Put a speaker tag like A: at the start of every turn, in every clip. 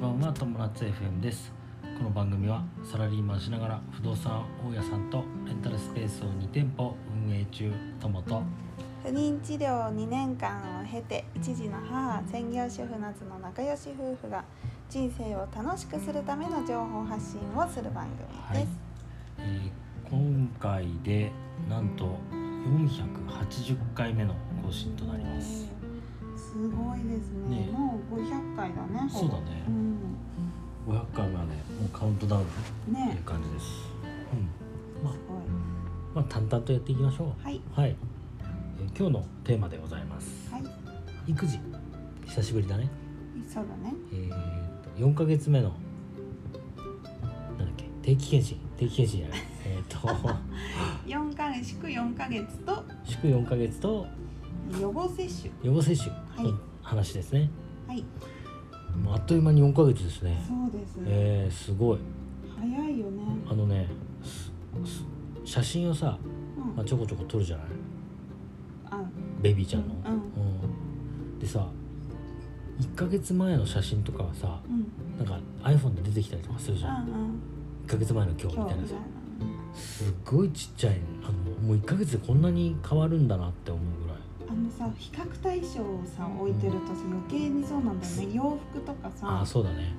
A: 番は友達 FM ですこの番組はサラリーマンしながら不動産大家さんとレンタルスペースを2店舗運営中友と
B: 不妊治療2年間を経て一児の母専業主婦夏の仲良し夫婦が人生を楽しくするための情報発信をする番組です、
A: えー今回でなんと480回目の更新となります
B: すごいですね
A: ね
B: もう500回だね
A: そうだね
B: うん、
A: 500回までもうカウントダウンという
B: ね
A: 感じです、うんます
B: ごい
A: あ、まあ淡々とやっていきましょ
B: はい、
A: うはい、えー今日のテーマでございます
B: はい、
A: 育児久しぶりだね
B: そうだね
A: えー、と4ヶ月目のなんだっけ定期検診定期検診じゃないえーと
B: 4ヶ月祝4ヶ月と
A: 祝4ヶ月と
B: 予防接種
A: 予防接種
B: はい
A: の話ですね、
B: はい
A: もうあっという間に4ヶ月ですね
B: そうですね、
A: えー、すごい
B: 早いよね、
A: あのねすす写真をさ、
B: うん
A: まあ、ちょこちょこ撮るじゃない
B: あ
A: ベビーちゃんの、
B: うん
A: うんでさ1ヶ月前の写真とかはさ
B: うん
A: なんか iPhone で出てきたりとかするじゃん、
B: うんうん
A: 1ヶ月前の今日み
B: 今
A: た
B: 日
A: い
B: み
A: な
B: た
A: さ
B: いな
A: すっごいちっちゃいあのもう1ヶ月でこんなに変わるんだなって思うぐらい
B: あのさ比較対象をさ置いてるとさ余計にそうなんだよね洋服とかさ
A: あ
B: あ
A: あそうだね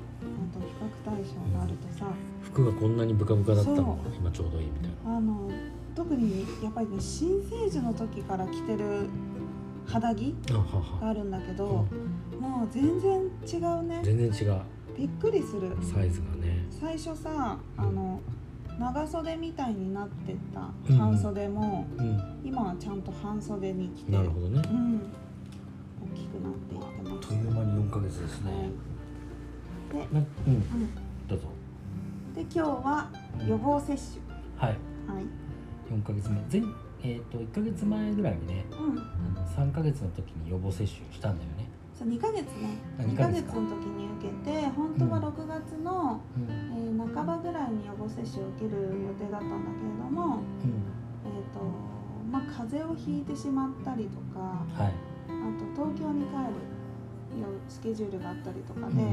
B: と比較対象があるとさ
A: 服がこんなにブカブカだったのが
B: そ
A: 今ちょうどいいみたいな
B: あの特にやっぱりね新生児の時から着てる肌着
A: あは
B: が
A: は
B: あるんだけど、もう全然違うね
A: 全然違う
B: びっくりする
A: サイズがね
B: 最初さあの長袖みたいになってた
A: うん
B: 半袖も、
A: うん
B: 今はちゃんと半袖に着て
A: なるほどね
B: うん、大きくなっていってます
A: 間に4ヶ月です
B: はいで
A: なうん
B: うん
A: どうぞ
B: で今日は予防接種、
A: はい
B: はい、
A: 4ヶ月前前えっ、と1ヶ月前ぐらいにね
B: うん、
A: あの3ヶ月の時に予防接種したんだよね
B: そう2ヶ月ね
A: あ
B: 2
A: 2
B: ヶ
A: ヶ
B: 月
A: 月
B: の
A: か
B: 時に受けて本当は
A: うん
B: 6月の、
A: うん
B: えー半ばぐらいに予防接種を受ける予定だったんだけれども、えーとまあ、風邪をひいてしまったりとか
A: うんはい
B: あと東京に帰るよスケジュールがあったりとかで、
A: うん
B: ま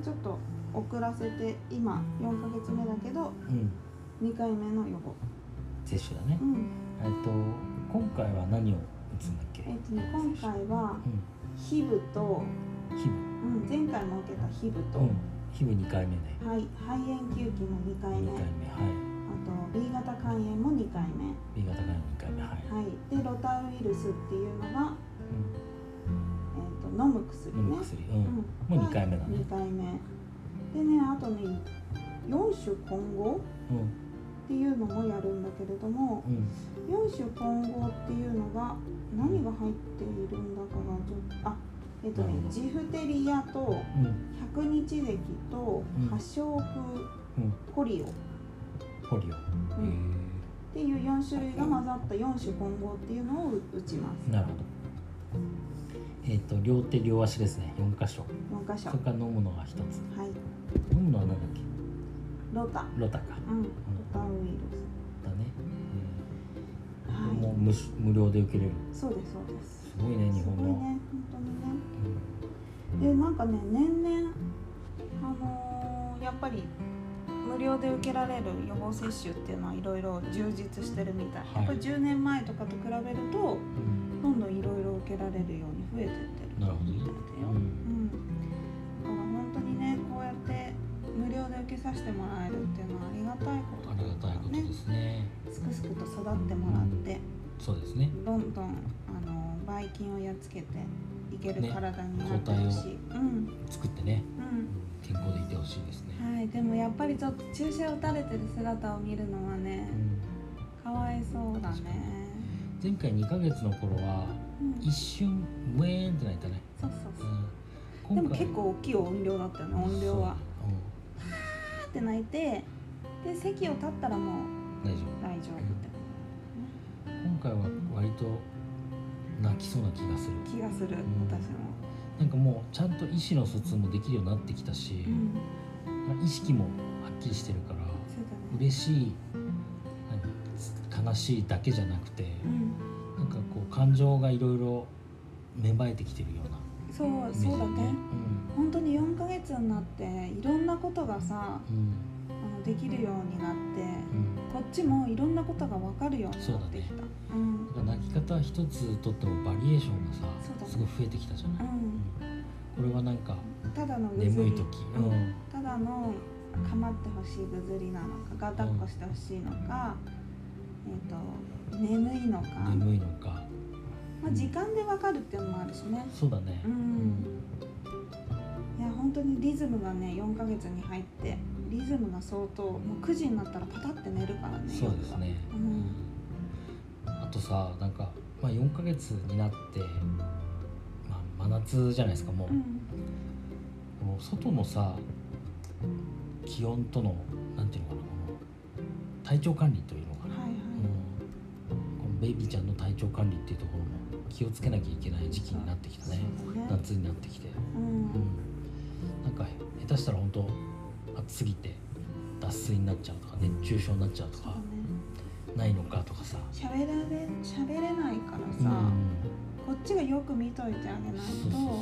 B: あちょっと遅らせて今4ヶ月目だけど
A: うん
B: 2回目の予防、
A: 接種だね
B: うん
A: えっ、と今回は何を打つんだっけ
B: えーとね、今回は皮膚と、
A: うん皮
B: う
A: 膚
B: ん、前回も受けた皮膚と、
A: うん、皮膚2回目ね
B: はい、肺炎球菌も2回
A: 2
B: 目、
A: 回目は
B: あと B 型肝炎も2回目、
A: い B 型が2回目はい、
B: はい、でロタウイルスっていうのが、えー、と飲む薬
A: うん、飲
B: ね
A: む、薬、うん
B: うん、
A: もう2回目だね
B: 2回目でねあとね4種混合
A: うん
B: っていうのもやるんだけれども
A: うん
B: 4種混合っていうのが何が入っているんだかがちょっとあえっ、とね
A: なるほど
B: ジフテリアと
A: うん
B: 百日咳と
A: うん
B: 破傷風
A: うん
B: コリオ、
A: ポリオ、
B: うんっていう4種類が混ざった4種混合っていうのを打ちま
A: えー、なるほどえっ、と両手両足ですね4箇所
B: す4箇所
A: それから飲むのが1つ
B: はい
A: 飲むのは何だっけ
B: ロタ
A: ロタか
B: うんロタウイル
A: だね、
B: ス
A: うん、も
B: は
A: う無し無料で受けれる
B: いそうですそうです
A: すごいね日
B: すご
A: 本
B: いね
A: の、
B: 本当にねでなんかね年々あのーやっぱり無料で受けられる予防接種っていうのはいろいろ充実してるみたい、
A: はい
B: やっぱり10年前とかと比べると
A: うんうん
B: どんどんいろいろ受けられるように増えてってる
A: なるほどね
B: みたいだよ、うん、だから本当にねこうやって無料で受けさせてもらえるっていうのはありがたいこと
A: ありがたいことですね
B: すくすくと育ってもらって
A: そうですね
B: どんどんあのばい菌をやっつけていける
A: ね
B: 体になってほしい、うん
A: 作ってね、
B: うん
A: うん健康でいてほしいですね、
B: はいでもやっぱりちょっと注射打たれてる姿を見るのはね
A: う
B: か
A: ん
B: わいそうだね
A: 前回2ヶ月の頃は
B: うん
A: 一瞬ウェーンって泣いたね、
B: そうそう
A: う
B: そ
A: ん
B: うで
A: 今
B: も
A: 回
B: 結構大きい音量だったよね音量は
A: そ
B: パーって泣いてで席を立ったらもう
A: ううん大丈
B: 大丈夫って
A: 夫今回は割と泣きそうな気がする
B: 気がする
A: ん
B: 私も。
A: なんかもうちゃんと意思の疎通もできるようになってきたし、
B: うん
A: まあ意識もはっきりしてるから
B: そうだね
A: 嬉しい何悲しいだけじゃなくて
B: うん
A: なんかこう感情がいろいろ芽生えてきてるような
B: そう
A: イメージ
B: そうだね
A: うん
B: 本当に4ヶ月になっていろんなことがさ
A: うん
B: あのできるようになって
A: うん
B: こっちもいろんなことが分かるようになってきたうん
A: なんか泣き方一つとってもバリエーションがさ、
B: そうだね
A: すごい増えてきたじゃな
B: う
A: い、
B: ん
A: うんこれはなんか
B: ただのぐず
A: 眠い
B: り
A: 時、
B: う
A: うんん
B: ただの構ってほしいぐずりなのかが抱っこしてほしいのか、えっと眠いのか、
A: 眠いのか
B: まあ、時間で分かるっていうのもあるしね
A: そうだね
B: うん、いや本当にリズムがね4ヶ月に入ってリズムが相当もう9時になったらパタって寝るからね
A: そうですね、
B: 夜はうん
A: あとさなんか、まあ、4ヶ月になって、まあ、真夏じゃないですかもう、
B: うん
A: でも外のさ気温とのなんていうのかなこの体調管理というの
B: は
A: か
B: い
A: な、
B: はい、
A: うん、このベイビーちゃんの体調管理っていうところも気をつけなきゃいけない時期になってきたね
B: そうだね
A: 夏になってきて、
B: う
A: うんん、なんか下手したら本当暑すぎて脱水になっちゃうとか熱中症になっちゃうと
B: そうだ
A: か
B: ね
A: ないのかとかさ、
B: 喋られ喋れないから
A: うん、
B: さ、こっちがよく見といてあげないと
A: そうそうそうそう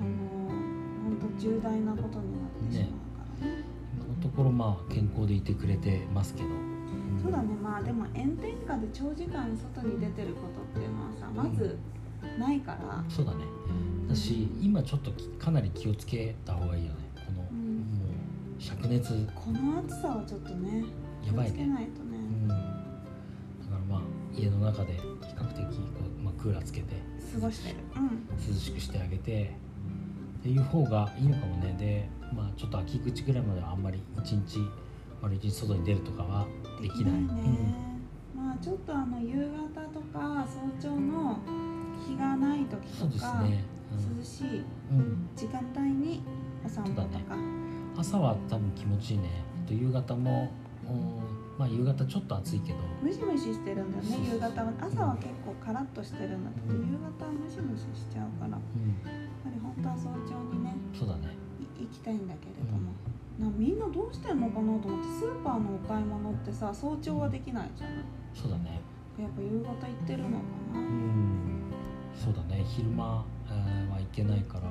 B: あの本当重大なことになってしまうからね
A: 今のところまあ健康でいてくれてますけど、ん
B: そうだねまあでも炎天下で長時間外に出てることっていうのはさまずないから、
A: そうだねだし今ちょっときかなり気をつけた方がいいよねこの、
B: うん
A: もう灼熱
B: この暑さはちょっとね気
A: や
B: を
A: ばい
B: つけ
A: ね、
B: ないとね
A: うん、だからまあ家の中で比較的こう、まあ、クーラーつけて
B: 過ごしてるうん
A: 涼しくしてあげてっていう方がいいのかもねでまあちょっと秋口ぐらいまではあんまり一日丸一日外に出るとかはできない
B: ね、まあちょっとあの夕方とか早朝の日がない時
A: うん、そうで
B: と
A: す
B: か、
A: ね、
B: 涼しい
A: うんうん、
B: 時間帯にお散歩とか、
A: 朝は多分気持ちいいねあと夕方も、うんまあ夕方ちょっと暑いけど
B: ムシムシしてるんだよね
A: そうそう
B: 夕方は朝は結構カラッとしてるんだけど、
A: うん
B: 夕方はムシムシしちゃうからやっ
A: うん
B: ぱり本当は早朝にね
A: そうだね
B: い行きたいんだけれども、なみんなどうしてんのかなと思ってスーパーのお買い物ってさ早朝はできないじゃない
A: そうだね
B: やっぱ夕方行ってるのかな、
A: うんそうだね昼間、えーは行けないから
B: ね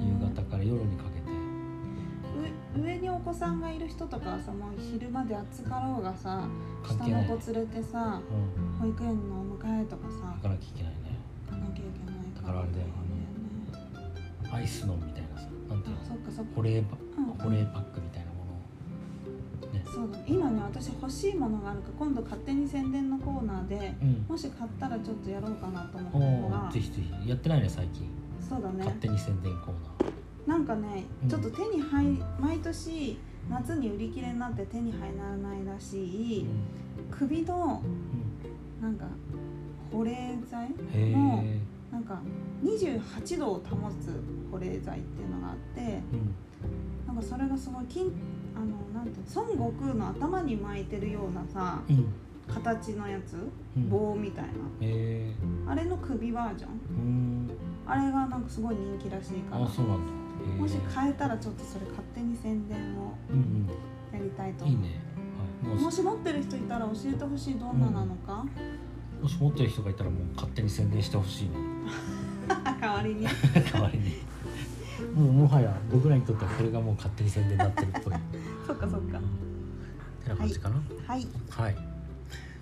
B: え
A: 夕方から夜にかけて
B: う上にお子さんがいる人とかはさもう昼まで暑かろうがさ下
A: 関係な
B: の
A: い、う
B: 子
A: ん、
B: 連れてさ保育園のお迎えとかさ
A: 行かなきゃいけないね
B: 行かなきゃいけない
A: だからあれだよ
B: あの
A: アイスのみたいなさなんていうの
B: あそっかそっか
A: 保冷パ
B: うん
A: 保冷パックみたいなもの
B: そうだ今ね私欲しいものがあるから今度勝手に宣伝のコーナーで
A: うん
B: もし買ったらちょっとやろうかなと思
A: お
B: った
A: ー
B: か
A: ぜ
B: ら
A: ひぜひやってないね最近、
B: そうだね
A: 勝手に宣伝コー
B: なんかね
A: うん
B: ちょっと手に入毎年夏に売り切れになって手に入らないらし
A: ナー
B: い、首の
A: う
B: なんか保冷剤
A: んへえ、
B: もなんか28度を保つ保冷剤っていうのがあって
A: うん、
B: なんかそれがすごい金あのなんていうの孫悟空の頭に巻いてるようなさ
A: うん
B: 形のやつ
A: うん
B: 棒みたい
A: へえ
B: なあれの首バージョン
A: うん
B: あれがなんかすごい人気らしいから
A: あそうなんだへえ
B: もし変えたらちょっとそれ勝手に宣伝を
A: うん
B: やりたいと
A: うんい
B: 思
A: いうねはいも
B: も
A: う
B: し持ってる人いたら教えてほしいどんななのか、
A: もし持ってる人がいたらもう勝手に宣伝してほしいね
B: 代わりに
A: 代わりにもうもはや僕らにとってはこれがもう勝手に宣伝になってるっぽい
B: そっかそっか
A: てな感じかな
B: はい
A: はい、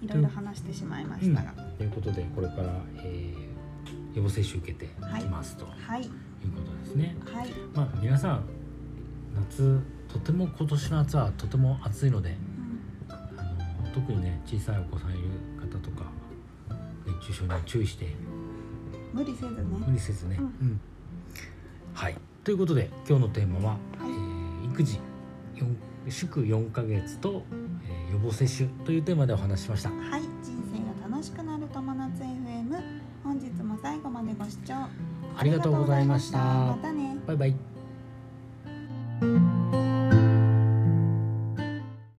B: いろいろ話してしまいましたが、
A: ということでこれから、えー予防接種受けていきますとい
B: はいう
A: ことですね、
B: はい
A: まあ皆さん夏とても今年の夏はとても暑いので
B: うん
A: あの特にね小さいお子さんいる方とか熱中症には注意して
B: 無理せずね
A: 無理せずね、
B: うん
A: うんはいということで今日のテーマは、
B: はい
A: えー育児四祝4ヶ月と、えー予防接種というテーマでお話ししました
B: はい人生が楽しくなる友達 FM 本日も最後までご視聴
A: ありがとうございました
B: ありがとうございましたまたね
A: バイバイ